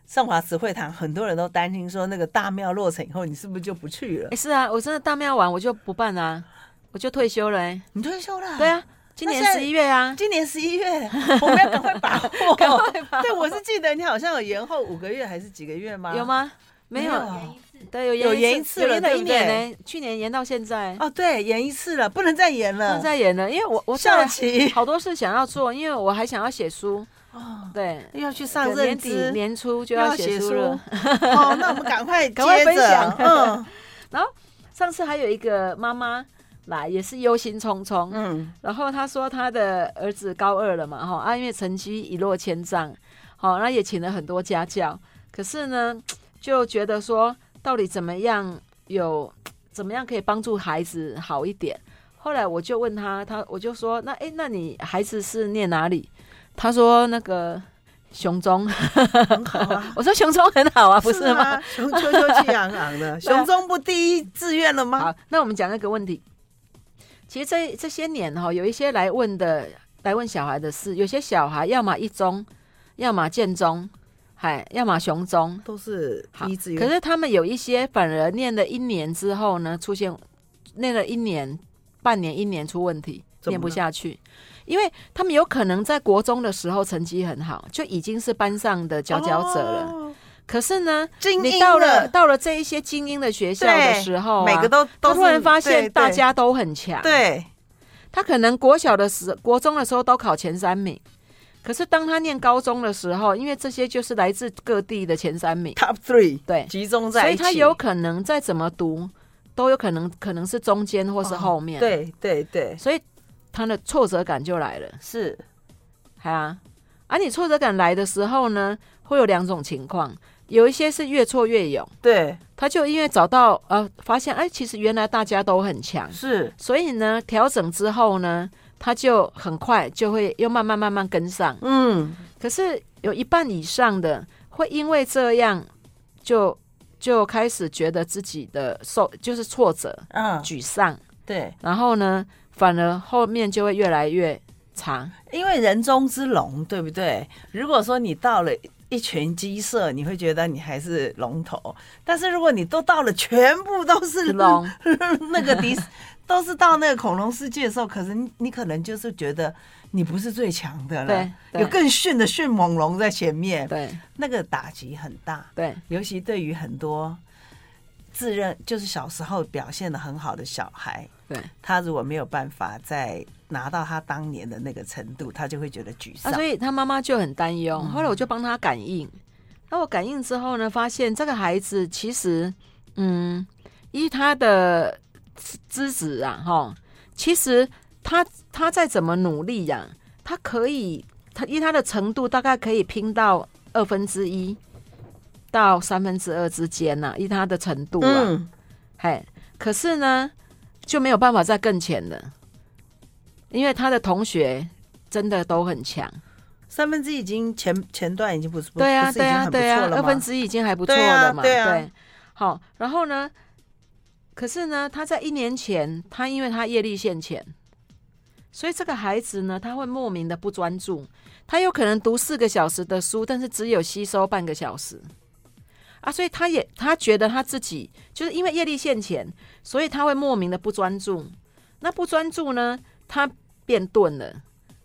S1: 上华慈惠堂很多人都担心说那个大庙落成以后，你是不是就不去了
S3: 哎、？是啊，我真的大庙完我就不办啊，我就退休了、欸。
S1: 你退休了？
S3: 对，啊，今
S1: 那
S3: 年
S1: 现在
S3: 十一月啊，
S1: 今年十一月，我们要赶快把握。
S3: 赶快吧
S1: 对，我是记得你好像有延后五个月还是几个月吗？
S3: 有？吗？没
S1: 没有啊
S3: 有，哎
S2: 原因是
S3: 对，有
S1: 有
S3: 延
S1: 延一
S3: 一
S1: 次
S3: 有
S1: 了
S3: 延了
S1: 对
S3: 一
S1: 不
S3: 年
S1: 对
S3: 呢、去年延到现在，
S1: 哦，对，延一次了，不能再延
S3: 不
S1: 了。
S3: 再延了，因为我我
S1: 校
S3: 上
S1: 期
S3: 好多事想要做，因为我还想要写书，
S1: 哦，
S3: 对，
S1: 又要去上
S3: 对
S1: 认
S3: 年底
S1: 知，
S3: 年初就
S1: 又要
S3: 要写书 了。
S1: 哦，那我们赶快
S3: 赶快
S1: 接
S3: 分
S1: 着
S3: 享，
S1: 嗯
S3: 上次还有一个妈妈来，也是忧心忡忡，
S1: 嗯，
S3: 然后她说她的儿子高二了嘛，哈啊，因为成绩一落千丈，好、那也请了很多家教，可是呢，就觉得说到底怎么样有怎么样可以帮助孩子好一点。后来我就问他，他我就说，那诶，那你孩子是念哪里？他说那个雄中，。
S1: 很好啊
S3: 我说雄中很好啊，不是吗？
S1: 吗？雄赳赳气昂昂的，
S3: 对啊
S1: 雄中不第一志愿了吗？
S3: 好，那我们讲那个问题。其实这这些年哈、有一些来问的，来问小孩的事，有些小孩要么一中，要么建中，嗨，要么雄中，
S1: 都是
S3: 好
S1: 第一志
S3: 可
S1: 愿，
S3: 是他们有一些反而念了一年之后呢，出现念了一年、半年、一年出问题，
S1: 怎么
S3: 念不
S1: 了
S3: 下去，因为他们有可能在国中的时候成绩很好，就已经是班上的佼佼者了。
S1: 哦，
S3: 可是呢，
S1: 精
S3: 你
S1: 英
S3: 到了
S1: 了，
S3: 到了这一些精英的学校的
S1: 对
S3: 时候、啊，
S1: 每个都
S3: 他
S1: 都
S3: 突然
S1: 是
S3: 发现
S1: 对
S3: 大
S1: 对
S3: 家都很强，
S1: 对
S3: 他可能国小的时、国中的时候都考前三名，可是当他念高中的时候，因为这些就是来自各地的前三名，
S1: top three
S3: 对，
S1: 集中
S3: 所
S1: 在一
S3: 以
S1: 起，
S3: 他有可能再怎么读，都有可能可能是中间或是后
S1: 哦
S3: 面，，
S1: 对对对，
S3: 所以他的挫折感就来了，
S1: 是
S3: 哎啊，而、你挫折感来的时候呢，会有两种情况，有一些是越挫越勇，
S1: 对
S3: 他就因为找到呃发现，哎，其实原来大家都很强，
S1: 是
S3: 所以呢，调整之后呢，他就很快就会又慢慢慢慢跟上。
S1: 嗯，
S3: 可是有一半以上的会因为这样就就开始觉得自己的受就是挫折、
S1: 啊，
S3: 沮丧，
S1: 对，
S3: 然后呢，反而后面就会越来越长。
S1: 因为人中之龙，对不对？如果说你到了。一群鸡舍，你会觉得你还是龙头，但是如果你都到了，全部都是
S3: 龙，
S1: 那个迪士都是到那个恐龙世界的时候，可是你你可能就是觉得你不是最强的了
S3: 对，对
S1: 有更逊的迅猛龙在前面，
S3: 对
S1: 那个打击很大，
S3: 对
S1: 尤其对于很多自认就是小时候表现的很好的小孩，
S3: 对。
S1: 他如果没有办法再拿到他当年的那个程度，他就会觉得沮
S3: 啊，
S1: 丧。
S3: 所以他妈妈就很担忧。后来我就帮他感应，那我感应之后呢，发现这个孩子其实，嗯，依他的资资质啊，哈，其实他他再怎么努力呀、他可以，他依他的程度大概可以拼到二分之一到三分之二之间呐、依他的程度啊，
S1: 嗯，
S3: 嘿，可是呢，就没有办法再更前了，因为他的同学真的都很强。
S1: 三分之一已经前前段已经不是不
S3: 对啊，
S1: 不是已
S3: 对
S1: 经
S3: 啊，
S1: 很不
S3: 对啊
S1: 错，了
S3: 二分
S1: 吗？
S3: 之一已经还不错
S1: 对啊
S3: 了嘛，
S1: 对啊
S3: 好，然后呢，可是呢，他在一年前，他因为他业力现前，所以这个孩子呢，他会莫名的不专注，他有可能读四个小时的书，但是只有吸收半个小时。啊，所以他也他觉得他自己就是因为业力现前，所以他会莫名的不专注。那不专注呢，他变钝了，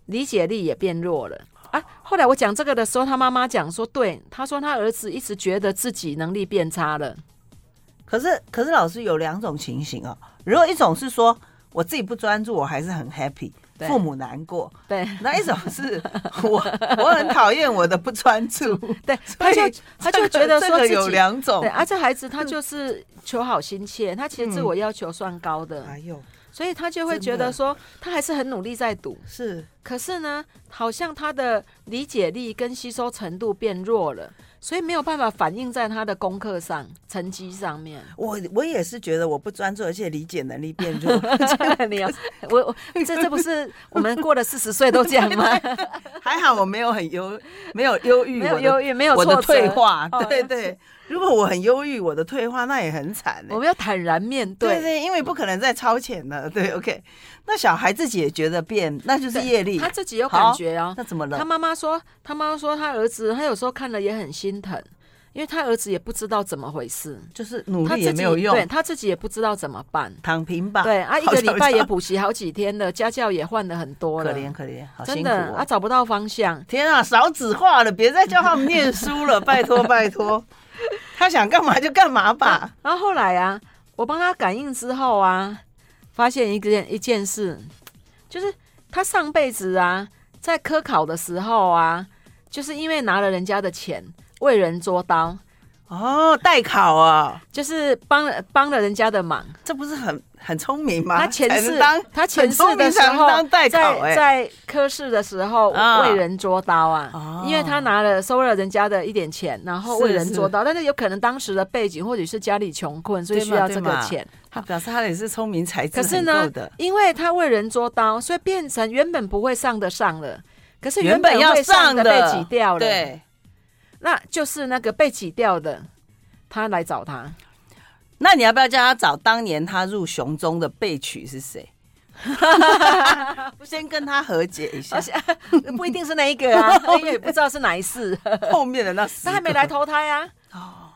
S3: 理解力也变弱了。啊，后来我讲这个的时候，他妈妈讲说，对，他说他儿子一直觉得自己能力变差了，
S1: 可是可是老师有两种情形哦，如果一种是说我自己不专注，我还是很 happy，
S3: 对
S1: 父母难过；
S3: 对
S1: 那一种是我我很讨厌我的不专注，
S3: 对，
S1: 所
S3: 他
S1: 以
S3: 就 他就觉得
S1: 这
S3: 说
S1: 个
S3: 自己、
S1: 有两种
S3: 对，。啊，这孩子他就是求好心切，他其实自我要求算高的，
S1: 哎呦，
S3: 所以他就会
S1: 真的
S3: 觉得说他还是很努力在读，
S1: 是
S3: 可是呢，好像他的理解力跟吸收程度变弱了，所以没有办法反映在他的功课上、成绩上 面。
S1: 我我也是觉得我不专注，而且理解能力变弱。
S3: 没有，我我这这不是我们过了四十岁都这样 吗？
S1: 还好我没有很忧，没有忧郁，
S3: 没有
S1: 我的
S3: 忧郁，没有
S1: 我
S3: 挫
S1: 的
S3: 折
S1: 退，化，
S3: 哦
S1: 对
S3: 了
S1: 对。如果我很忧郁，我的退化那也很惨欸
S3: 我们要坦然面
S1: 对
S3: 对。
S1: 对，因为不可能再超前了。 对，OK。那小孩自己也觉得变，那就是业力
S3: 他。自己有感觉哦。
S1: 那怎么
S3: 他
S1: 了？
S3: 妈妈说，他妈妈说，他儿子他有时候看了也很心疼，因为他儿子也不知道怎么回事，
S1: 就是努
S3: 他
S1: 力
S3: 自
S1: 也
S3: 己
S1: 没有用
S3: 对，他自己也不知道怎么办。
S1: 躺平吧。
S3: 对啊，一
S1: 好
S3: 个礼
S1: 像
S3: 拜也补习好几天了，家教也换了很多
S1: 可
S3: 了，
S1: 怜可怜，好
S3: 真
S1: 辛苦
S3: 的啊，
S1: 哦。
S3: 找不到方向。
S1: 天啊，少子化了，别再叫他们念书了，拜托拜 托。他想干嘛就干嘛吧。
S3: 然后后来啊，我帮他感应之后啊，发现一件一件事，就是他上辈子啊，在科考的时候啊，就是因为拿了人家的钱，为人捉刀，
S1: 哦，代考啊，
S3: 就是帮了帮了人家的忙。
S1: 这不是很很聪明吗？
S3: 他前
S1: 才
S3: 世
S1: 能当
S3: 他前世的时
S1: 很聪明才能
S3: 候
S1: 当代考
S3: 在
S1: 哎
S3: 在科试的时候
S1: 啊
S3: 为人捉刀啊。
S1: 哦
S3: 因为他拿了收了人家的一点钱，然后
S1: 是
S3: 为人
S1: 是
S3: 捉刀，但是有可能当时的背景或者是家里穷困，所以
S1: 对
S3: 需
S1: 嘛
S3: 要
S1: 对
S3: 这个
S1: 嘛
S3: 钱。
S1: 他表示他也是聪明才智
S3: 可是
S1: 很
S3: 呢
S1: 够的，，
S3: 因为他为人捉刀，所以变成原本不会上的上了，可是
S1: 原
S3: 本
S1: 本要
S3: 会上
S1: 上
S3: 被
S1: 的
S3: 挤掉了，，
S1: 对。
S3: 那就是那个被挤掉的，他来找他，
S1: 那你要不要叫他找当年他入雄中的备取是 谁？先跟他和解一下
S3: 而，且 不一定是那一个 啊，因为也不知道是哪一 世，
S1: 后面的那十
S3: 他还没
S1: 个
S3: 来投胎啊。
S1: 哦，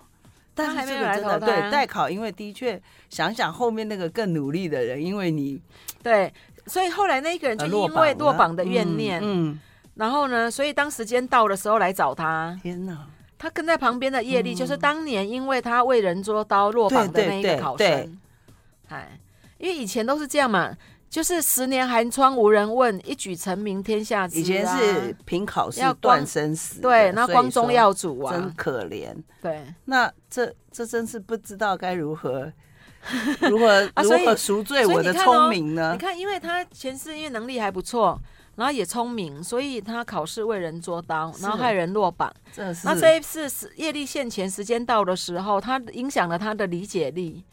S1: 但
S3: 他还
S1: 是这
S3: 没
S1: 个
S3: 有来
S1: 真的
S3: 投胎啊
S1: 对代考，因为的确想想后面那个更努力的人，因为你
S3: 对，所以后来那一个人就
S1: 呃
S3: 因
S1: 榜
S3: 为
S1: 了
S3: 落榜的怨念，
S1: 嗯，嗯
S3: 然后呢，所以当时间到的时候来找他，
S1: 天哪，
S3: 他跟在旁边的业力、就是当年因为他为人捉刀落榜
S1: 嗯
S3: 的
S1: 对对
S3: 那一个
S1: 对
S3: 考
S1: 对
S3: 生，哎，因为以前都是这样嘛，就是十年寒窗无人问，一举成名天下知、啊。
S1: 以前是凭考试
S3: 要光
S1: 断生死的，
S3: 对，那
S1: 所以
S3: 光宗
S1: 说
S3: 耀祖啊
S1: 真，可怜。
S3: 对。
S1: 那这这真是不知道该如何如何、
S3: 啊
S1: 如
S3: 所以
S1: 何赎罪
S3: 所以
S1: 我
S3: 你
S1: 的
S3: 看
S1: 聪
S3: 哦
S1: 明
S3: 你
S1: 呢？
S3: 看，因为他前世因为能力还不错，然后也聪明，所以他考试为人捉刀，然后
S1: 是
S3: 害人落榜。
S1: 这是
S3: 那这一次是业力现前时间到的时候，他影响了他的理解力，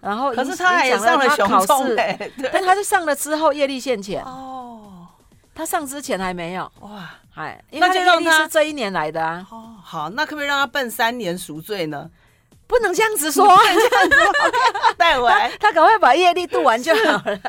S3: 然后
S1: 可
S3: 影
S1: 是他也
S3: 影响
S1: 上
S3: 了
S1: 了
S3: 他
S1: 雄
S3: 考
S1: 中
S3: 试，
S1: 哎、 对
S3: 但他是上了之后业力现前，
S1: 哦
S3: 他上之前还没有，
S1: 哇
S3: 哎，因
S1: 那
S3: 为他
S1: 就
S3: 的业
S1: 让
S3: 力
S1: 他
S3: 是这一年来的 啊，
S1: 哦好，那可不可以让他笨三年赎罪呢？
S3: 不能这样子说啊，
S1: 带 回来。
S3: 他赶快把业力渡完就好了。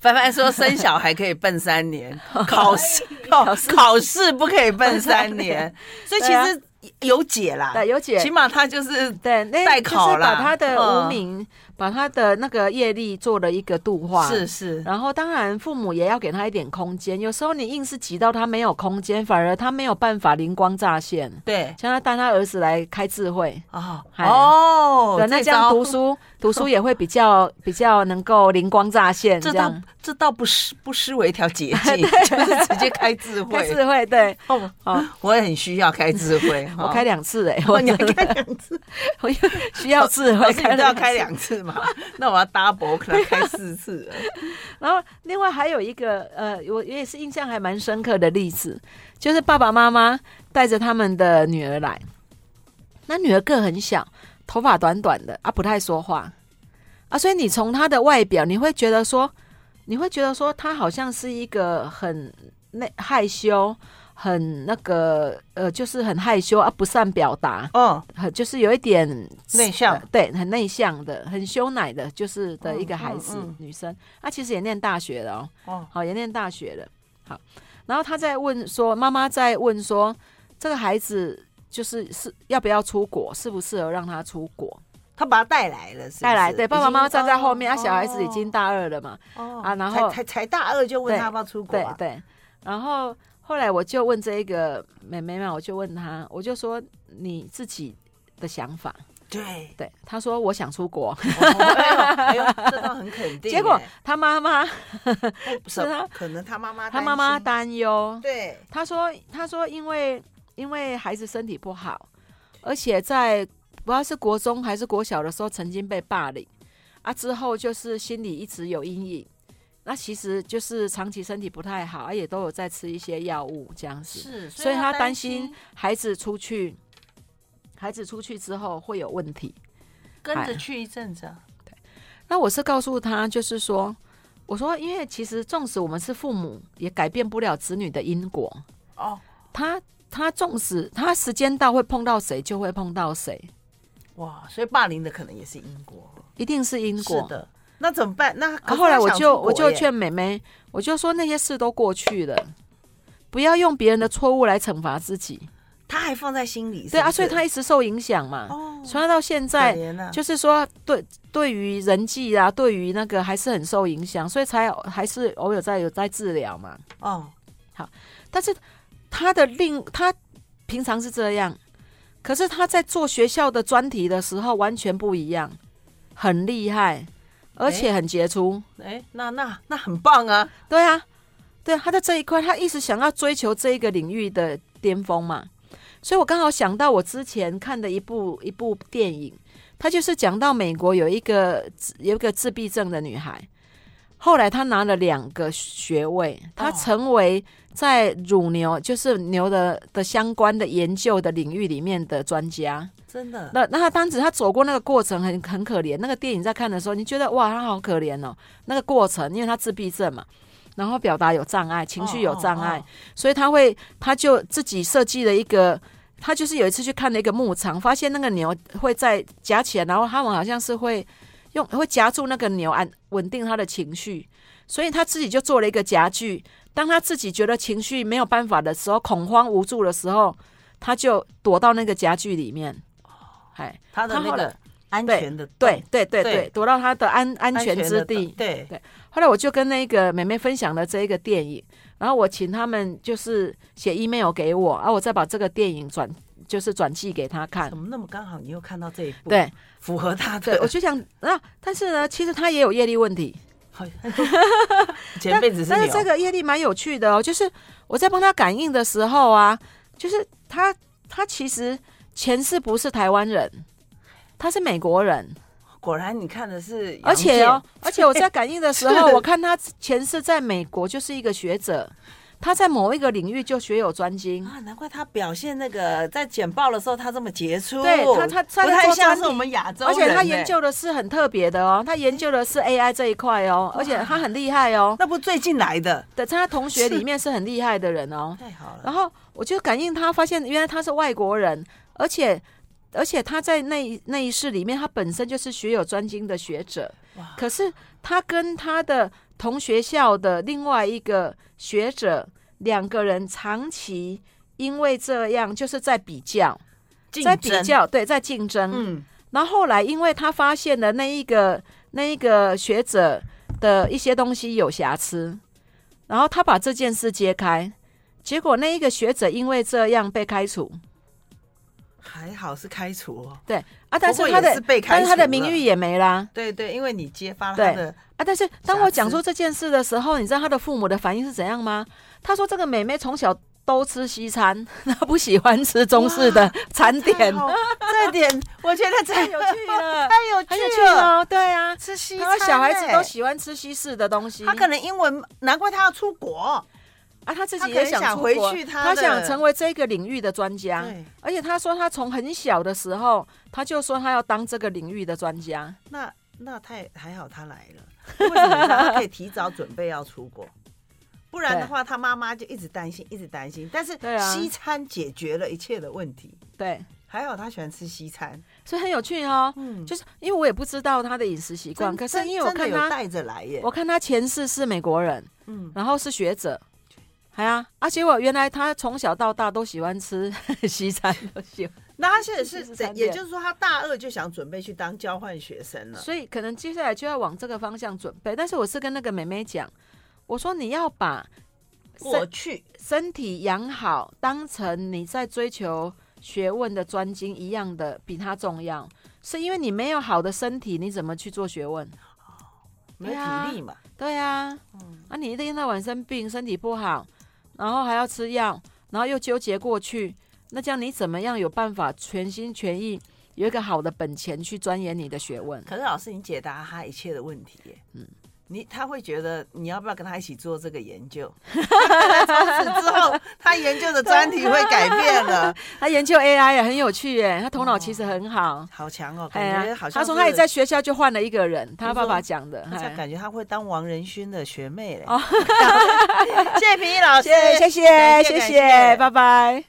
S1: 凡凡说生小孩可以笨三 年，考试考考试不可以笨三 年，所以其实有解啦，
S3: 啊对，有解
S1: 啊起。码他就是
S3: 对，那
S1: 代
S3: 就是
S1: 考啦
S3: 把他的
S1: 嗯
S3: 无名，把他的那个业力做了一个度化，
S1: 是是
S3: 然后当然父母也要给他一点空间，有时候你硬是挤到他没有空间，反而他没有办法灵光乍现。
S1: 对
S3: 像他带他儿子来开智慧，
S1: 哦
S3: 嗨
S1: 哦，
S3: 对，那这样
S1: 招
S3: 读书读书也会比较比较能够灵光乍现，这
S1: 这倒
S3: 样
S1: 这倒不失不失为一条 捷径， 就是直接开智
S3: 开
S1: 慧。
S3: 智慧。对，
S1: 哦，
S3: 好，
S1: 我也很需要开智慧，
S3: 我
S1: 哈
S3: 开两次哎，我
S1: 哦你要开两次，
S3: 我需要智慧，
S1: 老师你都要开
S3: 次
S1: 两次嘛？那我要 double 可能开四次 了。
S3: 然后另外还有一个呃，我也是印象还蛮深刻的例子，就是爸爸妈妈带着他们的女儿来，那女儿个很小，头发短短的啊，不太说话啊，所以你从她的外表，你会觉得说，你会觉得说她好像是一个很内害羞。很那个呃，就是很害羞啊，不善表达，
S1: 哦，
S3: 很就是有一点
S1: 内向
S3: 呃对，很内向的，很羞奶的，就是的一个孩子，
S1: 嗯嗯嗯
S3: 女生，她其实也念大学了哦，
S1: 哦
S3: 好，也念大学了，好，然后她在问说，妈妈在问说，这个孩子就是是要不要出国，适不适合让他出国
S1: 他把他带来了，是不是
S3: 带来？对，爸爸妈妈站在后面，
S1: 已
S3: 啊，
S1: 经
S3: 小孩子已经大二了嘛，
S1: 哦
S3: 啊然后
S1: 才才才大二就问
S3: 对
S1: 他要不要出国
S3: 对
S1: 啊，
S3: 对，然后后来我就问这一个妹妹嘛，我就问她，我就说你自己的想法，
S1: 对，
S3: 对，她说我想出国，
S1: 哎呦哎呦，这倒很肯定。
S3: 结果
S1: 哎
S3: 她妈妈
S1: 不
S3: 是他
S1: 可能他妈妈
S3: 他妈妈
S1: 担
S3: 担忧
S1: 心，对
S3: 他说他说因为因为孩子身体不好，而且在不知道是国中还是国小的时候曾经被霸凌，啊之后就是心里一直有阴影。那其实就是长期身体不太好，啊也都有在吃一些药物这样子。
S1: 是，
S3: 所以他担
S1: 心
S3: 心孩子出去，孩子出去之后会有问题。
S1: 跟
S3: 哎
S1: 着去一阵子啊，
S3: 那我是告诉他，就是说，我说因为其实纵使我们是父母，也改变不了子女的因果。
S1: 哦，
S3: 他他纵使他时间到会碰到谁，就会碰到谁，
S1: 哇，所以霸凌的可能也是英国，
S3: 一定是因果。
S1: 是的。那怎么办？那
S3: 然
S1: 可
S3: 啊后后来
S1: 是他
S3: 我
S1: 想
S3: 就
S1: 出
S3: 我
S1: 国
S3: 就
S1: 耶
S3: 劝妹妹，我就说那些事都过去了，不要用别人的错误来惩罚自己。
S1: 他还放在心里，
S3: 对啊，
S1: 是
S3: 所以
S1: 不是
S3: 她一直受影响嘛，
S1: 哦，
S3: 所以她到现
S1: 可
S3: 在。
S1: 怜啊
S3: 就是说，对对于人际啊，对于那个还是很受影响，所以才还是偶尔在有在治疗嘛。
S1: 哦，
S3: 但是他的另他平常是这样，可是他在做学校的专题的时候完全不一样，很厉害，而且很杰出。
S1: 哎，那那那很棒啊，
S3: 对啊，对啊他在这一块，他一直想要追求这一个领域的巅峰嘛。所以我刚好想到我之前看的一部一部电影，它就是讲到美国有一个有一个自闭症的女孩，后来她拿了两个学位，她
S1: 哦
S3: 成为在乳牛就是牛的的相关的研究的领域里面的专家。
S1: 真的，
S3: 那那她当时她走过那个过程很很可怜，那个电影在看的时候，你觉得哇，她好可怜哦，那个过程，因为她自闭症嘛。然后表达有障碍，情绪有障碍，
S1: 哦，
S3: 所以他会，他就自己设计了一个，他就是有一次去看了一个牧场，发现那个牛会在夹起来，然后他们好像是会用会夹住那个牛，安稳定他的情绪，所以他自己就做了一个夹具。当他自己觉得情绪没有办法的时候，恐慌无助的时候，他就躲到那个夹具里面。哎，
S1: 他的
S3: 他
S1: 那
S3: 后
S1: 个
S3: 来
S1: 安
S3: 对
S1: 全的
S3: 对对对
S1: 对
S3: 对，躲到他的安安
S1: 安
S3: 全之
S1: 的
S3: 地。
S1: 对，
S3: 后来我就跟那个妹妹分享了这一个电影，然后我请他们就是写 email 给我，啊，我再把这个电影转就是转寄给她看
S1: 怎。么那么刚好你又看到这一部，，
S3: 对
S1: 符合他
S3: 对，我
S1: 的，
S3: 就想啊，但是呢，其实她也有业力问题，
S1: 好 前辈子是哦
S3: 但是
S1: 牛
S3: 这个业力蛮有趣的哦，就是我在帮她感应的时候啊，就是她她其实前世不是台湾人，她是美国人，
S1: 果然你看的是，
S3: 而 且哦，，而且我在感应的时候，
S1: 是
S3: 我看他前世在美国就是一个学者，他在某一个领域就学有专精。
S1: 啊，难怪他表现那个在简报的时候他这么杰出，
S3: 对他他他
S1: 不
S3: 在
S1: 太
S3: 做
S1: 像
S3: 专
S1: 是我们亚洲人
S3: 而
S1: 欸，
S3: 且他研究的是很特别的哦，他研究的是 AI 这一块哦，而且他很厉害哦，
S1: 那不最近来的，
S3: 对，在他同学里面是很厉害的人哦。
S1: 太好了
S3: 然，后我就感应他，发现原来他是外国人，而且而且他在那一那一世里面，他本身就是学有专精的学者
S1: 哇。
S3: 可是他跟他的同学校的另外一个学者，两个人长期因为这样就是在比较，
S1: 竞
S3: 在比
S1: 争，
S3: 较，对，在竞争。
S1: 嗯，
S3: 然后后来，因为他发现了那一个那一个学者的一些东西有瑕疵，然后他把这件事揭开，结果那一个学者因为这样被开除
S1: 还好是开除哦，
S3: 啊，但
S1: 不
S3: 是
S1: 过
S3: 他
S1: 也
S3: 的
S1: 是被开除
S3: 但是他的名誉
S1: 了，
S3: 也没啦
S1: 对对，因为你揭发了他
S3: 对
S1: 的
S3: 啊。但是当
S1: 瑕
S3: 我讲
S1: 疵
S3: 出这件事的时候，你知道他的父母的反应是怎样吗？他说这个妹妹从小。都吃西餐，她不喜欢吃中式的餐点，
S1: 太好这点我觉得
S3: 太
S1: 真
S3: 有
S1: 有
S3: 趣
S1: 趣了，
S3: 了，
S1: 太有
S3: 很有
S1: 趣
S3: 趣
S1: 了。
S3: 哦。对啊，
S1: 吃西欸
S3: 他说小孩子都
S1: 喜，
S3: 喜欢吃西式的东西，
S1: 他可能英文，难怪他要出国。
S3: 啊，他自
S1: 他
S3: 己
S1: 可能
S3: 也想
S1: 想
S3: 出
S1: 回
S3: 国
S1: 去他
S3: 他想
S1: 的
S3: 成为这个领域的专家。
S1: 对，
S3: 而且他说他从很小的时候，他就说他要当这个领域的专家。
S1: 那那太还好，他来了。为什么你知道他可以提早准备要出国？不然的话，他妈妈就一直担心，一直担心。但是
S3: 对啊
S1: 西餐解决了一切的问题，
S3: 对，
S1: 还好他喜欢吃西餐。
S3: 所以很有趣哦。
S1: 嗯，
S3: 就是因为我也不知道他的饮食习惯，
S1: 真
S3: 可是
S1: 真
S3: 因为我
S1: 真的
S3: 看
S1: 有
S3: 他，
S1: 带着来耶，
S3: 我看他前世是美国人，
S1: 嗯，
S3: 然后是学者。哎呀，啊，结果原来他从小到大都喜欢吃 西餐，都喜欢，
S1: 那他现在是
S3: 是是，
S1: 也就是说他大二就想准备去当交换学生了。
S3: 所以可能接下来就要往这个方向准备。但是我是跟那个妹妹讲，我说你要把
S1: 过去
S3: 身体养好，当成你在追求学问的专精一样的，比它重要。是因为你没有好的身体，你怎么去做学问？
S1: 没有
S3: 对啊
S1: 体力嘛，
S3: 对啊，
S1: 嗯
S3: 啊，你一天到晚生病，身体不好，然后还要吃药，然后又纠结过去，那这样你怎么样有办法全心全意有一个好的本钱去钻研你的学问？
S1: 可是老师，你解答他一切的问题耶，嗯，你他会觉得你要不要跟他一起做这个研 究？从此之后，他研究的专题会改变了，
S3: 他研究 AI 也很有趣耶，他头脑其实很好。
S1: 好强哦，
S3: 哎
S1: 感觉
S3: 呀，
S1: 好像
S3: 他说
S1: 是
S3: 他也在，学校就换了一个人，他爸爸
S1: 你说
S3: 讲的。
S1: 他才
S3: 哎
S1: 感觉他会当王仁勋的学妹嘞
S3: 哦。
S1: 谢谢平一老师，
S3: 谢谢谢
S1: 感谢
S3: 谢谢
S1: 感
S3: 谢，拜拜。